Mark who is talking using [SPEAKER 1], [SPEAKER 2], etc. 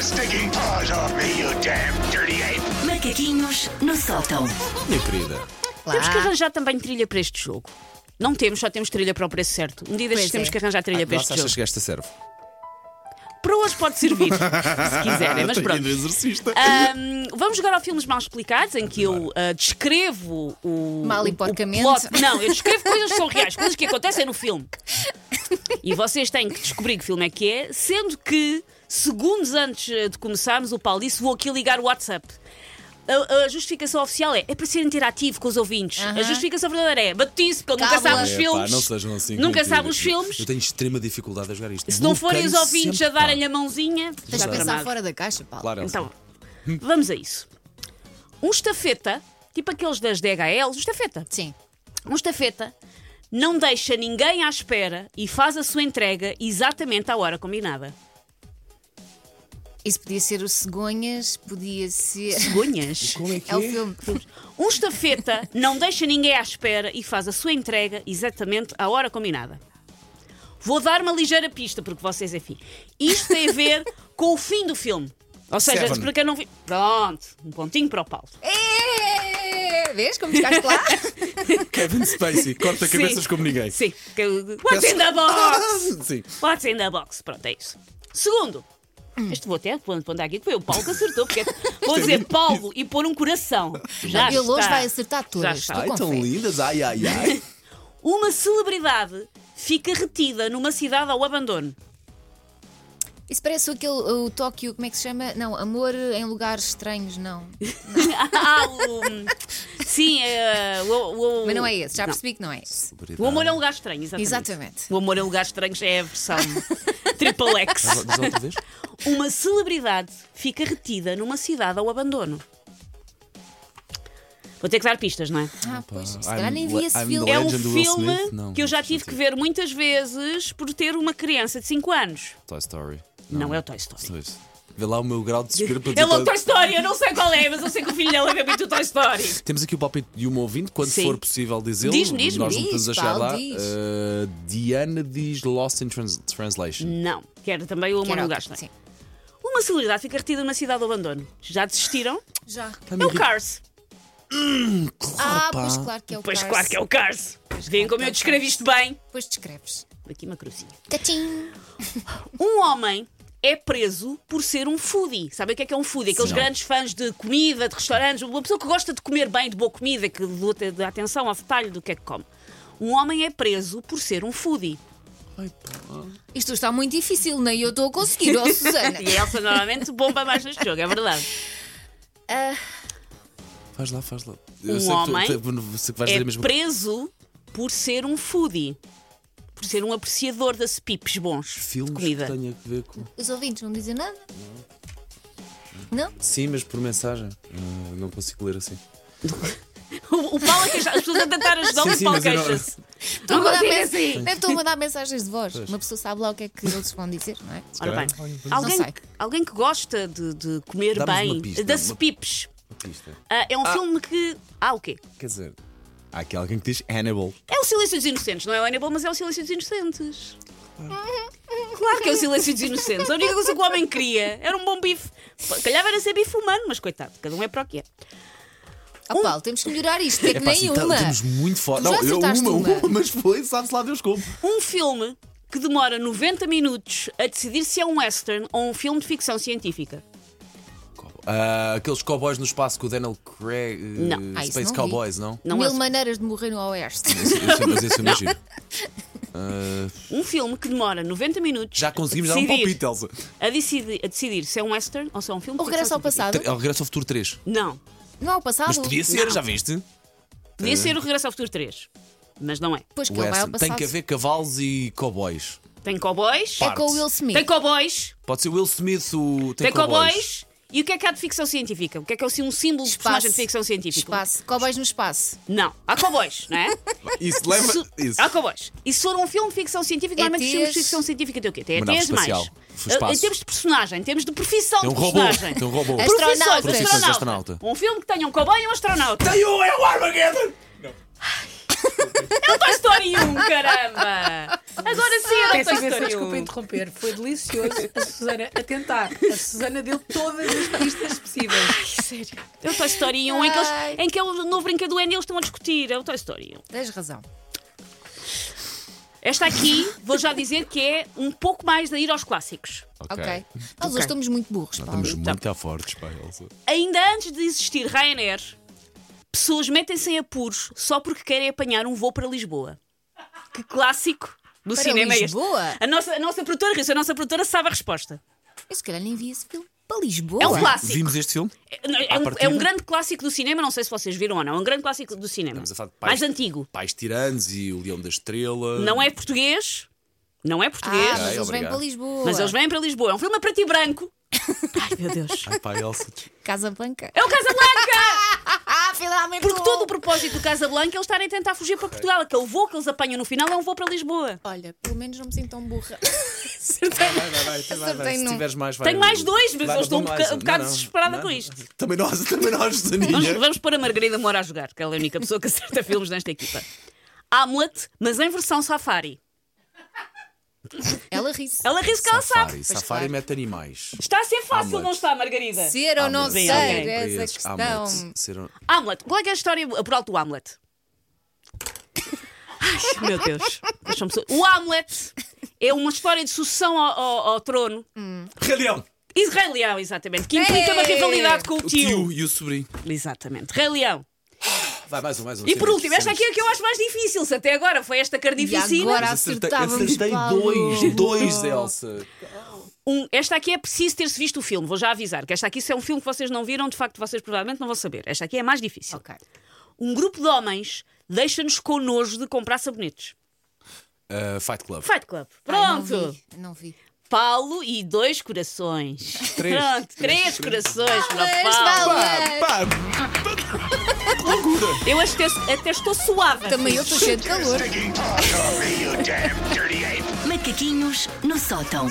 [SPEAKER 1] stinking paws off me, you damn dirty ape!
[SPEAKER 2] Macaquinhos no sótão.
[SPEAKER 3] Minha querida,
[SPEAKER 4] Lá.
[SPEAKER 5] Temos que arranjar também trilha para este jogo. Não temos, só temos trilha para o preço certo. Um dia destes
[SPEAKER 4] Pois
[SPEAKER 5] temos
[SPEAKER 4] é.
[SPEAKER 5] que arranjar trilha
[SPEAKER 3] Ah,
[SPEAKER 5] para
[SPEAKER 3] lá
[SPEAKER 5] este
[SPEAKER 3] estás a
[SPEAKER 5] jogo.
[SPEAKER 3] chegaste a servo.
[SPEAKER 5] É, Para hoje pode servir, se quiserem, mas
[SPEAKER 3] Tenho
[SPEAKER 5] pronto. Ah,
[SPEAKER 3] ido exorcista.
[SPEAKER 5] Ahm, vamos jogar ao Filmes Mal Explicados, em que eu ah, descrevo o.
[SPEAKER 4] Mal e
[SPEAKER 5] o- o
[SPEAKER 4] porcamente.
[SPEAKER 5] plot. Não, eu descrevo coisas que são reais, coisas que acontecem no filme. E vocês têm que descobrir que filme é que é, sendo que, segundos antes eh, de começarmos, o Paulo disse: vou aqui ligar o WhatsApp. A, a justificação oficial é, é para ser interativo com os ouvintes. A
[SPEAKER 4] Aham.
[SPEAKER 5] justificação verdadeira é batice, porque ele nunca
[SPEAKER 4] Cábula.
[SPEAKER 5] sabe os
[SPEAKER 4] É, pá,
[SPEAKER 5] filmes.
[SPEAKER 3] não sejam assim.
[SPEAKER 5] nunca
[SPEAKER 3] comigo,
[SPEAKER 5] sabe os
[SPEAKER 3] querida.
[SPEAKER 5] filmes.
[SPEAKER 3] Eu tenho extrema dificuldade a jogar isto.
[SPEAKER 5] Se não forem os
[SPEAKER 3] Bloqueio
[SPEAKER 5] ouvintes a
[SPEAKER 3] sempre,
[SPEAKER 5] darem-lhe
[SPEAKER 3] é pá.
[SPEAKER 5] a mãozinha,
[SPEAKER 4] Tens
[SPEAKER 5] já
[SPEAKER 4] de pensar
[SPEAKER 5] tramado.
[SPEAKER 4] fora da caixa, Paulo.
[SPEAKER 3] Claro, Elsa.
[SPEAKER 5] Então, vamos a isso. Um estafeta, tipo aqueles das DHLs, um estafeta.
[SPEAKER 4] Sim.
[SPEAKER 5] Um estafeta não deixa ninguém à espera e faz a sua entrega exatamente à hora combinada.
[SPEAKER 4] Isso podia ser o Cegonhas, podia ser.
[SPEAKER 5] Cegonhas.
[SPEAKER 3] Como é que
[SPEAKER 4] É o filme.
[SPEAKER 5] Um estafeta não deixa ninguém à espera e faz a sua entrega exatamente à hora combinada. Vou dar uma ligeira pista, porque vocês, enfim. Isto tem a ver com o fim do filme. Ou seja,
[SPEAKER 3] Seven.
[SPEAKER 5] para quem não viu. Pronto, um pontinho para o Paulo.
[SPEAKER 4] É! Vês como ficaste lá?
[SPEAKER 3] Kevin Spacey, corta
[SPEAKER 5] Sim.
[SPEAKER 3] cabeças como ninguém.
[SPEAKER 5] Sim. que- What's in the box?
[SPEAKER 3] Sim.
[SPEAKER 5] What's in the box? Pronto, é isso. Segundo,
[SPEAKER 4] Hum.
[SPEAKER 5] este vou até vou apontar aqui que foi o Paulo que acertou, porque
[SPEAKER 4] é
[SPEAKER 5] vou dizer Paulo e pôr um coração. Já
[SPEAKER 4] Ele hoje
[SPEAKER 5] está.
[SPEAKER 4] vai acertar
[SPEAKER 5] Já
[SPEAKER 4] todas.
[SPEAKER 5] está.
[SPEAKER 4] tu
[SPEAKER 3] Ai, tão
[SPEAKER 4] confere.
[SPEAKER 3] lindas, ai, ai, ai.
[SPEAKER 5] Uma celebridade fica retida numa cidade ao abandono.
[SPEAKER 4] Isso parece aquele, o Tóquio, como é que se chama? Não, Amor em Lugares Estranhos, não.
[SPEAKER 5] ah, o, sim, é, o, o-
[SPEAKER 4] Mas não é esse, já
[SPEAKER 5] Não.
[SPEAKER 4] percebi que não é esse.
[SPEAKER 5] O amor é um lugar estranho, exatamente.
[SPEAKER 4] Exatamente.
[SPEAKER 5] O amor é um lugar estranho é a versão triple X.
[SPEAKER 3] Diz outra vez?
[SPEAKER 5] Uma celebridade fica retida numa cidade ao abandono. Vou ter que dar pistas, não é?
[SPEAKER 4] Ah, pois, se
[SPEAKER 3] I'm
[SPEAKER 4] calhar nem vi
[SPEAKER 3] le-
[SPEAKER 4] esse
[SPEAKER 3] I'm
[SPEAKER 4] filme.
[SPEAKER 3] the
[SPEAKER 5] É um
[SPEAKER 3] Legend of Will
[SPEAKER 5] filme
[SPEAKER 3] Smith? Não,
[SPEAKER 5] que eu
[SPEAKER 3] não
[SPEAKER 5] já
[SPEAKER 3] faz
[SPEAKER 5] tive que
[SPEAKER 3] sentido.
[SPEAKER 5] ver muitas vezes por ter uma criança de 5 anos.
[SPEAKER 3] Toy Story.
[SPEAKER 5] Não, é o Toy Story.
[SPEAKER 3] Toy Story. Vê lá o meu grau de desespero para
[SPEAKER 5] É
[SPEAKER 3] dizer
[SPEAKER 5] logo
[SPEAKER 3] Toy-
[SPEAKER 5] Toy Story, eu não sei qual é, mas eu sei que o filho dela vê muito Toy Story.
[SPEAKER 3] Temos aqui o palpite de uma ouvinte, quando
[SPEAKER 5] Sim.
[SPEAKER 3] for possível dizê-lo.
[SPEAKER 5] Diz-me, diz-me.
[SPEAKER 3] Nós não
[SPEAKER 4] Diz,
[SPEAKER 3] estamos a chegar
[SPEAKER 4] Paulo,
[SPEAKER 3] lá.
[SPEAKER 4] diz.
[SPEAKER 3] Uh, Diana diz Lost in Trans- Translation.
[SPEAKER 5] Não, quero também o amor no gasto.
[SPEAKER 4] Sim.
[SPEAKER 5] Uma celebridade fica retida numa cidade do abandono. Já desistiram?
[SPEAKER 4] Já.
[SPEAKER 5] É o Cars.
[SPEAKER 4] Ah,
[SPEAKER 3] pá.
[SPEAKER 4] pois claro que é o
[SPEAKER 5] Pois
[SPEAKER 4] Cars.
[SPEAKER 5] claro que é o Cars. Vêem como eu descrevi isto bem.
[SPEAKER 4] Depois descreves.
[SPEAKER 5] Aqui uma cruzinha.
[SPEAKER 4] Cachim.
[SPEAKER 5] Um homem é preso por ser um foodie. Sabem o que é que é um foodie? Aqueles
[SPEAKER 3] Sim.
[SPEAKER 5] grandes fãs de comida, de restaurantes, uma pessoa que gosta de comer bem, de boa comida, que luta de atenção ao detalhe do que é que come. Um homem é preso por ser um foodie.
[SPEAKER 4] Isto está muito difícil, nem eu estou a conseguir, ó Susana.
[SPEAKER 5] E é a Elsa normalmente bomba mais neste jogo, é verdade.
[SPEAKER 3] Faz lá, faz lá. Eu
[SPEAKER 5] Um
[SPEAKER 3] sei que tu-
[SPEAKER 5] homem
[SPEAKER 3] tu- tu- sei que vais dizer
[SPEAKER 5] É
[SPEAKER 3] a mesma
[SPEAKER 5] preso por ser um foodie. Por ser um apreciador de pipes bons de
[SPEAKER 3] Filmes
[SPEAKER 5] comida.
[SPEAKER 3] que tenha a ver com.
[SPEAKER 4] Os ouvintes não dizem nada? Não?
[SPEAKER 3] Sim, mas por mensagem. Ah, não consigo ler assim.
[SPEAKER 5] O, o Paulo é que as pessoas a tentar ajudar,
[SPEAKER 3] Sim,
[SPEAKER 5] o
[SPEAKER 3] sim,
[SPEAKER 5] Paulo
[SPEAKER 3] mas eu não-
[SPEAKER 5] queixa-se. assim.
[SPEAKER 4] Estou a mandar
[SPEAKER 5] consigo
[SPEAKER 4] mensa- Deve estou a mandar mensagens de voz. Uma pessoa sabe lá o que é que eles vão dizer, não é?
[SPEAKER 5] Ora bem,
[SPEAKER 3] Caralho.
[SPEAKER 5] alguém,
[SPEAKER 4] Não sei.
[SPEAKER 5] alguém que gosta de, de comer
[SPEAKER 3] Dá-nos
[SPEAKER 5] bem,
[SPEAKER 3] uma pista,
[SPEAKER 5] das
[SPEAKER 3] uma-
[SPEAKER 5] pips.
[SPEAKER 3] Artista.
[SPEAKER 5] Ah, é um filme que. Ah, o quê?
[SPEAKER 3] Quer dizer, há aqui alguém que diz Hannibal.
[SPEAKER 5] É o Silêncio dos Inocentes, não é o Hannibal, mas é o Silêncio dos Inocentes. Claro que é o Silêncio dos Inocentes. A única coisa que o homem queria era um bom bife. Calhava era ser bife humano, mas coitado, cada um é para o que é.
[SPEAKER 4] Ó Paulo, temos que melhorar isto, é que
[SPEAKER 3] Epá,
[SPEAKER 4] nem
[SPEAKER 3] assim, tá-
[SPEAKER 4] uma.
[SPEAKER 3] Temos muito
[SPEAKER 4] Tu
[SPEAKER 3] foda.
[SPEAKER 4] já
[SPEAKER 3] Não, eu
[SPEAKER 4] acertaste
[SPEAKER 3] uma, uma,
[SPEAKER 4] uma.
[SPEAKER 3] mas foi, sabe-se lá Deus como.
[SPEAKER 5] Um filme que demora 90 minutos a decidir se é um western ou um filme de ficção científica.
[SPEAKER 3] Ah, aqueles cowboys no espaço com o Daniel Craig. eh,
[SPEAKER 5] Não.
[SPEAKER 4] Ah, isso não
[SPEAKER 3] Space
[SPEAKER 4] vi.
[SPEAKER 3] Cowboys, não?
[SPEAKER 5] Não é
[SPEAKER 4] Mil
[SPEAKER 5] o-
[SPEAKER 4] maneiras de morrer no Oeste.
[SPEAKER 3] Esse- esse- Mas esse eu me giro. Ah,
[SPEAKER 5] Um filme que demora 90 minutos.
[SPEAKER 3] já conseguimos
[SPEAKER 5] a
[SPEAKER 3] dar um
[SPEAKER 5] decidir-
[SPEAKER 3] palpite, Elsa.
[SPEAKER 4] Tá
[SPEAKER 5] a decidir, a decidir se é um western ou se é um filme.
[SPEAKER 4] O
[SPEAKER 5] de
[SPEAKER 4] regresso
[SPEAKER 5] ficção
[SPEAKER 4] ao passado.
[SPEAKER 3] Tre- Regresso ao Futuro 3.
[SPEAKER 5] científica. Não.
[SPEAKER 4] Tá Não ao passado.
[SPEAKER 3] Mas podia ser, já viste?
[SPEAKER 5] Podia ser o Regresso ao Futuro 3, mas não é.
[SPEAKER 4] Pois que ele vai ao
[SPEAKER 3] Western.
[SPEAKER 4] passado.
[SPEAKER 3] Tem que haver cavalos e cowboys.
[SPEAKER 5] Tem cowboys.
[SPEAKER 4] É com o Will Smith.
[SPEAKER 5] Tem cowboys.
[SPEAKER 3] Pode ser Will Smith, o.
[SPEAKER 5] Tem, cowboys. E o que é que há de ficção científica? O que é que é assim, um símbolo de personagem de ficção científica?
[SPEAKER 4] Espaço. Cowboys no espaço.
[SPEAKER 5] Não. Há cowboys, Ah, não é?
[SPEAKER 3] Isso, lembra?
[SPEAKER 5] Se-
[SPEAKER 3] Isso.
[SPEAKER 5] Há cowboys. E se for um filme de ficção científica, normalmente os filmes de
[SPEAKER 4] ETs.
[SPEAKER 5] ficção científica tem o quê? Tem
[SPEAKER 3] Uma nave
[SPEAKER 5] ETs mais.
[SPEAKER 3] espacial. Foi espaço.
[SPEAKER 5] Em termos de personagem, em termos de profissão
[SPEAKER 3] Tem um
[SPEAKER 5] de
[SPEAKER 3] robô.
[SPEAKER 5] personagem.
[SPEAKER 3] Tem um robô.
[SPEAKER 4] As-
[SPEAKER 5] Profissões,
[SPEAKER 4] Astronauta.
[SPEAKER 3] Profissões de
[SPEAKER 5] astronauta.
[SPEAKER 3] astronauta.
[SPEAKER 5] Um filme que tenha um cowboy e um astronauta.
[SPEAKER 3] Tem um, é o Armageddon!
[SPEAKER 5] É o Toy Story 1, caramba! Agora sim, eu
[SPEAKER 6] Peço imensa
[SPEAKER 5] António.
[SPEAKER 6] desculpa então. interromper. Foi delicioso a Susana a tentar. A Susana deu todas as pistas possíveis.
[SPEAKER 5] Sério. É o Toy Story 1 em que, eles,
[SPEAKER 4] Ai.
[SPEAKER 5] em que é o novo brinquedo N e eles estão a discutir. É o Toy Story 1.
[SPEAKER 4] Tens razão.
[SPEAKER 5] Esta aqui, vou já dizer que é um pouco mais de ir aos clássicos.
[SPEAKER 4] Ok. Nós hoje estamos muito burros, Paulo.
[SPEAKER 3] Estamos
[SPEAKER 5] Então.
[SPEAKER 3] muito a fortes, pá, Elsa.
[SPEAKER 5] Ainda antes de existir Ryanair, pessoas metem-se em apuros só porque querem apanhar um voo para Lisboa. Que clássico do
[SPEAKER 4] Para
[SPEAKER 5] cinema é este.
[SPEAKER 4] Lisboa?
[SPEAKER 5] A nossa, a nossa produtora riu a nossa produtora sabe a resposta.
[SPEAKER 4] Eu se calhar nem vi esse filme para Lisboa.
[SPEAKER 5] É um clássico.
[SPEAKER 3] Vimos este filme?
[SPEAKER 5] É- não,
[SPEAKER 3] À
[SPEAKER 5] É, um,
[SPEAKER 3] partida?
[SPEAKER 5] é um grande clássico do cinema, não sei se vocês viram ou não. É um grande clássico do cinema.
[SPEAKER 3] Estamos a falar de pais-
[SPEAKER 5] Mais antigo.
[SPEAKER 3] Pais Tiranos e o Leão da Estrela.
[SPEAKER 5] Não é português. Não é português.
[SPEAKER 4] Ah, mas eles
[SPEAKER 3] Ok,
[SPEAKER 4] vêm
[SPEAKER 3] obrigado.
[SPEAKER 4] para Lisboa.
[SPEAKER 5] Mas eles vêm para Lisboa. É um filme a preto e branco. Ai, meu Deus.
[SPEAKER 3] Ai, pá, Elsa.
[SPEAKER 4] Casa Blanca.
[SPEAKER 5] É o Casablanca!
[SPEAKER 4] Ah, finalmente.
[SPEAKER 5] Porque todo o propósito do Casablanca é eles estarem a tentar fugir para Portugal. Aquele voo que eles apanham no final é um voo para Lisboa.
[SPEAKER 4] Olha, pelo menos não me sinto tão burra.
[SPEAKER 3] Vai, vai, vai, vai, vai,
[SPEAKER 4] Acertei
[SPEAKER 3] Se
[SPEAKER 4] num.
[SPEAKER 3] tiveres mais, vai.
[SPEAKER 5] Tenho mais dois, mas
[SPEAKER 3] Vai,
[SPEAKER 5] eu estou um
[SPEAKER 3] vamos
[SPEAKER 5] boca-
[SPEAKER 3] lá,
[SPEAKER 5] um bocado
[SPEAKER 3] não, não,
[SPEAKER 5] desesperada
[SPEAKER 3] não,
[SPEAKER 5] com
[SPEAKER 3] não.
[SPEAKER 5] isto.
[SPEAKER 3] Também nós, também nós,
[SPEAKER 5] Vamos,
[SPEAKER 3] Zaninha.
[SPEAKER 5] vamos pôr a Margarida Moura a jogar, que ela é a única pessoa que acerta filmes nesta equipa. Hamlet, mas em versão safari.
[SPEAKER 4] Ela ri-se.
[SPEAKER 5] Ela risca, ela sabe.
[SPEAKER 3] Safari, Safari
[SPEAKER 4] claro.
[SPEAKER 3] mete animais. Ah,
[SPEAKER 5] Está a ser fácil,
[SPEAKER 3] Hamlet.
[SPEAKER 5] não está, Margarida?
[SPEAKER 4] Ser ou não
[SPEAKER 3] Hamlet,
[SPEAKER 4] ser,
[SPEAKER 5] alguém
[SPEAKER 3] Hamlet,
[SPEAKER 4] essa
[SPEAKER 3] preços,
[SPEAKER 4] questão.
[SPEAKER 3] Hamlet, ser um- ou-
[SPEAKER 5] Hamlet, qual é, que é a história por alto do Hamlet? Ai, meu Deus. Deixa-me só- O Hamlet é uma história de sucessão ao, ao- ao trono
[SPEAKER 3] Rei Leão.
[SPEAKER 5] Israel Leão, exatamente, que implica uma
[SPEAKER 4] Ei!
[SPEAKER 5] rivalidade com o
[SPEAKER 3] O
[SPEAKER 5] tio.
[SPEAKER 3] tio e o sobrinho.
[SPEAKER 5] Exatamente, Rei Leão.
[SPEAKER 3] Vai, mais um, mais um.
[SPEAKER 5] E por último, esta aqui é a que eu acho mais difícil. Se até agora foi esta
[SPEAKER 4] E
[SPEAKER 5] carnificina,
[SPEAKER 4] agora?
[SPEAKER 3] Acertei,
[SPEAKER 4] Acertávamos,
[SPEAKER 3] acertei
[SPEAKER 4] Paulo.
[SPEAKER 3] dois, dois, Elsa.
[SPEAKER 5] um- esta aqui é preciso ter-se visto o filme. Vou já avisar que esta aqui, se é um filme que vocês não viram, de facto vocês provavelmente não vão saber. Esta aqui é a mais difícil.
[SPEAKER 4] Ok.
[SPEAKER 5] Um grupo de homens deixa-nos com nojo de comprar sabonetes.
[SPEAKER 3] Uh, Fight Club.
[SPEAKER 5] Fight Club.
[SPEAKER 4] Ai, não
[SPEAKER 5] Pronto.
[SPEAKER 4] vi, Não vi.
[SPEAKER 5] Paulo e dois corações.
[SPEAKER 3] Três.
[SPEAKER 5] Pronto, três, corações para
[SPEAKER 4] Mas
[SPEAKER 5] Paulo.
[SPEAKER 4] vale.
[SPEAKER 3] Pá,
[SPEAKER 5] Eu até, até estou suada.
[SPEAKER 4] Também eu estou cheia de calor.
[SPEAKER 1] Sticking paws off me, you damn dirty ape!
[SPEAKER 2] Macaquinhos no sótão.